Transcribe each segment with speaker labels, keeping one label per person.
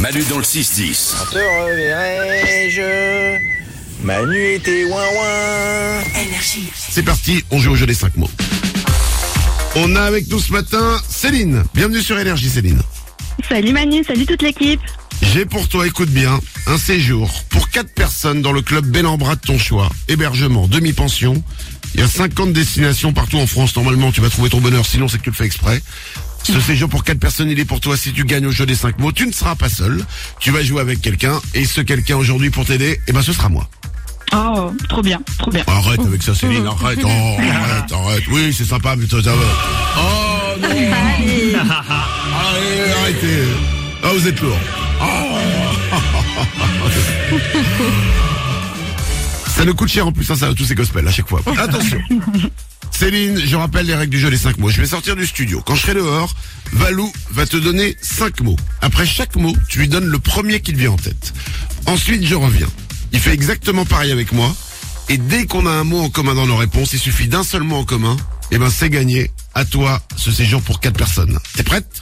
Speaker 1: Manu dans le 6-10.
Speaker 2: Te reverrai-je Manu était ouin ouin.
Speaker 3: C'est parti, on joue au jeu des 5 mots. On a avec nous ce matin Céline. Bienvenue sur Énergie Céline.
Speaker 4: Salut Manu, salut toute l'équipe.
Speaker 3: J'ai pour toi, écoute bien, un séjour pour 4 personnes dans le club Bellambra de ton choix. Hébergement, demi-pension. Il y a 50 destinations partout en France. Normalement, tu vas trouver ton bonheur, sinon c'est que tu le fais exprès. Ce séjour pour 4 personnes, il est pour toi si tu gagnes au jeu des 5 mots. Tu ne seras pas seul. Tu vas jouer avec quelqu'un. Et ce quelqu'un aujourd'hui pour t'aider, eh ben ce sera moi.
Speaker 4: Oh, trop bien, trop bien.
Speaker 3: Arrête avec ça, Céline, arrête, oh, arrête, arrête. Oui, c'est sympa, mais ça ça va. Oh non Allez, arrêtez Ah, vous êtes lourd. Oh. ça nous coûte cher en plus, hein, ça, tous ces gospels à chaque fois. Attention Céline, je rappelle les règles du jeu, les 5 mots. Je vais sortir du studio. Quand je serai dehors, Valou va te donner 5 mots. Après chaque mot, tu lui donnes le premier qui te vient en tête. Ensuite, je reviens. Il fait exactement pareil avec moi. Et dès qu'on a un mot en commun dans nos réponses, il suffit d'un seul mot en commun. Et ben, c'est gagné. À toi, ce séjour pour 4 personnes. T'es prête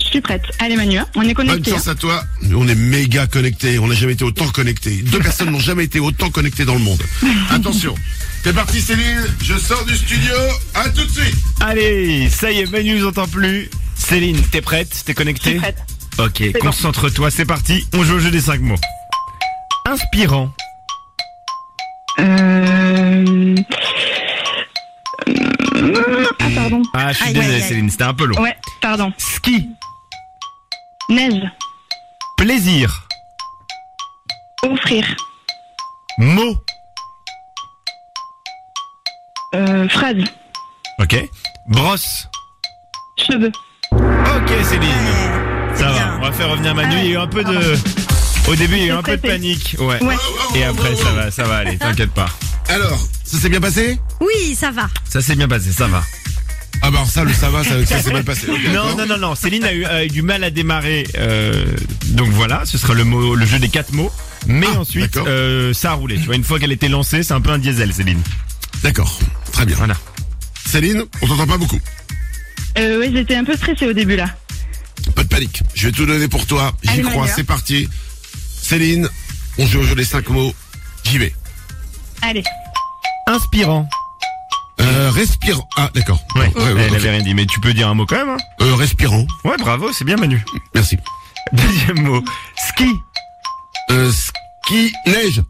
Speaker 4: Je suis prête. Allez Manu, hein, on est
Speaker 3: Bonne
Speaker 4: connectés.
Speaker 3: chance à toi. On est méga connectés. On n'a jamais été autant connectés. Deux personnes n'ont jamais été autant connectées dans le monde. Attention. C'est parti Céline. Je sors du studio. À tout de suite.
Speaker 5: Allez, ça y est, Manu nous entend plus. Céline, t'es prête T'es
Speaker 4: Je suis
Speaker 5: connectée
Speaker 4: prête.
Speaker 5: Ok,
Speaker 4: parti.
Speaker 5: concentre-toi, c'est parti. On joue au jeu des 5 mots. Inspirant,
Speaker 4: Euh... euh, Ah pardon.
Speaker 5: Ah, je suis
Speaker 6: Aïe,
Speaker 5: désolé,
Speaker 6: aïe, aïe.
Speaker 5: Céline, c'était un peu long.
Speaker 4: Ouais, pardon.
Speaker 5: Ski,
Speaker 4: Neige,
Speaker 5: plaisir,
Speaker 4: offrir,
Speaker 5: mot.
Speaker 4: euh, phrase,
Speaker 5: Ok. Brosse.
Speaker 4: cheveux.
Speaker 5: Ok, Céline.
Speaker 6: Ouais, c'est
Speaker 5: Ça va,
Speaker 6: bien.
Speaker 5: on va faire revenir Manu.
Speaker 6: Ah ouais. Ah,
Speaker 5: Il y a eu un peu de. Au début, il y a eu un peu de
Speaker 4: stressée.
Speaker 5: panique. Ouais.
Speaker 4: Ouais.
Speaker 5: Et après, ça va, ça va aller, t'inquiète pas.
Speaker 3: Alors, ça s'est bien passé
Speaker 6: Oui, ça va.
Speaker 5: Ça s'est bien passé, ça va.
Speaker 3: Ah bah alors ça, le ça va, ça, ça s'est mal passé. Ok,
Speaker 5: Non,
Speaker 3: d'accord.
Speaker 5: non, non, non. Céline a eu, a eu du mal à démarrer. euh, donc voilà, ce sera le, mot, le jeu des quatre mots. Mais
Speaker 3: Ah,
Speaker 5: ensuite,
Speaker 3: d'accord.
Speaker 5: euh, ça a roulé. Tu vois, une fois qu'elle était lancée, c'est un peu un diesel, Céline.
Speaker 3: D'accord. Très bien.
Speaker 5: Voilà.
Speaker 3: Céline, on t'entend pas beaucoup.
Speaker 4: Euh, ouais, j'étais un peu stressée au début là.
Speaker 3: Pas de panique. Je vais tout donner pour toi. J'y
Speaker 4: Allez,
Speaker 3: crois.
Speaker 4: Manu, hein.
Speaker 3: C'est parti. Céline, on joue au jeu des cinq mots. J'y vais.
Speaker 4: Allez.
Speaker 5: Inspirant.
Speaker 3: Euh, respirant. Ah, d'accord.
Speaker 5: Ouais,
Speaker 3: ouais,
Speaker 5: elle
Speaker 3: ok.
Speaker 5: avait rien dit, mais tu peux dire un mot quand même. Hein
Speaker 3: Euh, respirant.
Speaker 5: ouais, bravo, c'est bien Manu.
Speaker 3: Merci.
Speaker 5: Deuxième mot, ski.
Speaker 3: Euh, ski, neige.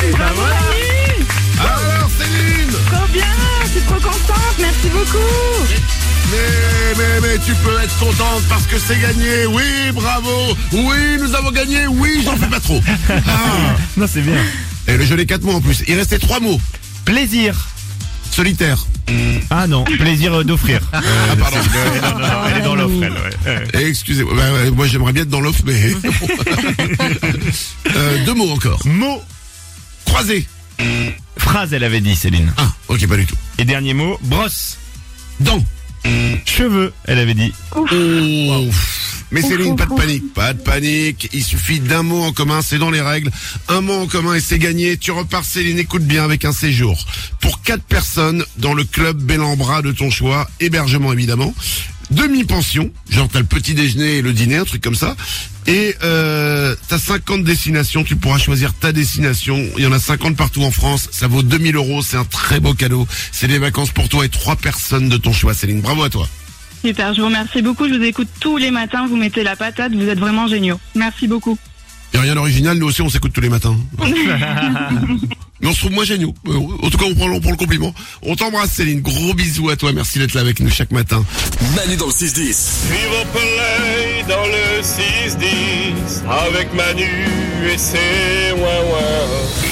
Speaker 3: Eh ben Alors, Céline!
Speaker 4: Ah, Trop bien, je suis trop contente, merci beaucoup.
Speaker 3: Mais, mais, mais, tu peux être contente parce que c'est gagné. Oui, bravo. Oui, nous avons gagné. Oui, j'en fais pas trop. Ah.
Speaker 5: Non, c'est bien.
Speaker 3: Et le jeu des quatre mots en plus. Il restait trois mots.
Speaker 5: Plaisir.
Speaker 3: Solitaire.
Speaker 5: Ah non, plaisir euh, d'offrir.
Speaker 3: ah, pardon.
Speaker 5: Non, non, elle est dans l'offre, elle, ouais. Euh,
Speaker 3: Eh, Excusez-moi. Bah, ouais, moi, j'aimerais bien être dans l'offre, mais. Euh, deux mots encore.
Speaker 5: Mot,
Speaker 3: Croisé.
Speaker 5: phrase, elle avait dit, Céline.
Speaker 3: Ah, ok, pas du tout.
Speaker 5: Et dernier mot, brosse.
Speaker 3: Dents.
Speaker 5: Cheveux, elle avait dit.
Speaker 3: Oh. Mais Céline, pas de panique, pas de panique. Il suffit d'un mot en commun, c'est dans les règles. Un mot en commun et c'est gagné. Tu repars, Céline, écoute bien avec un séjour pour quatre personnes dans le club Bellambra de ton choix, hébergement évidemment, demi-pension, genre t'as le petit déjeuner et le dîner, un truc comme ça. Et euh, t'as 50 destinations, tu pourras choisir ta destination. Il y en a 50 partout en France. Ça vaut 2000 euros, c'est un très beau cadeau. C'est des vacances pour toi et trois personnes de ton choix, Céline. Bravo à toi.
Speaker 4: Super, je vous remercie beaucoup, je vous écoute tous les matins, vous mettez la patate, vous êtes vraiment géniaux. Merci beaucoup.
Speaker 3: Y a rien d'original, nous aussi on s'écoute tous les matins. Mais on se trouve moins géniaux. Euh, En tout cas, on prend, on prend le compliment. On t'embrasse Céline, gros bisous à toi, merci d'être là avec nous chaque matin.
Speaker 1: Manu dans le 6-10.
Speaker 7: Suivre Play dans le 6-10 avec Manu et ses ouin-ouin.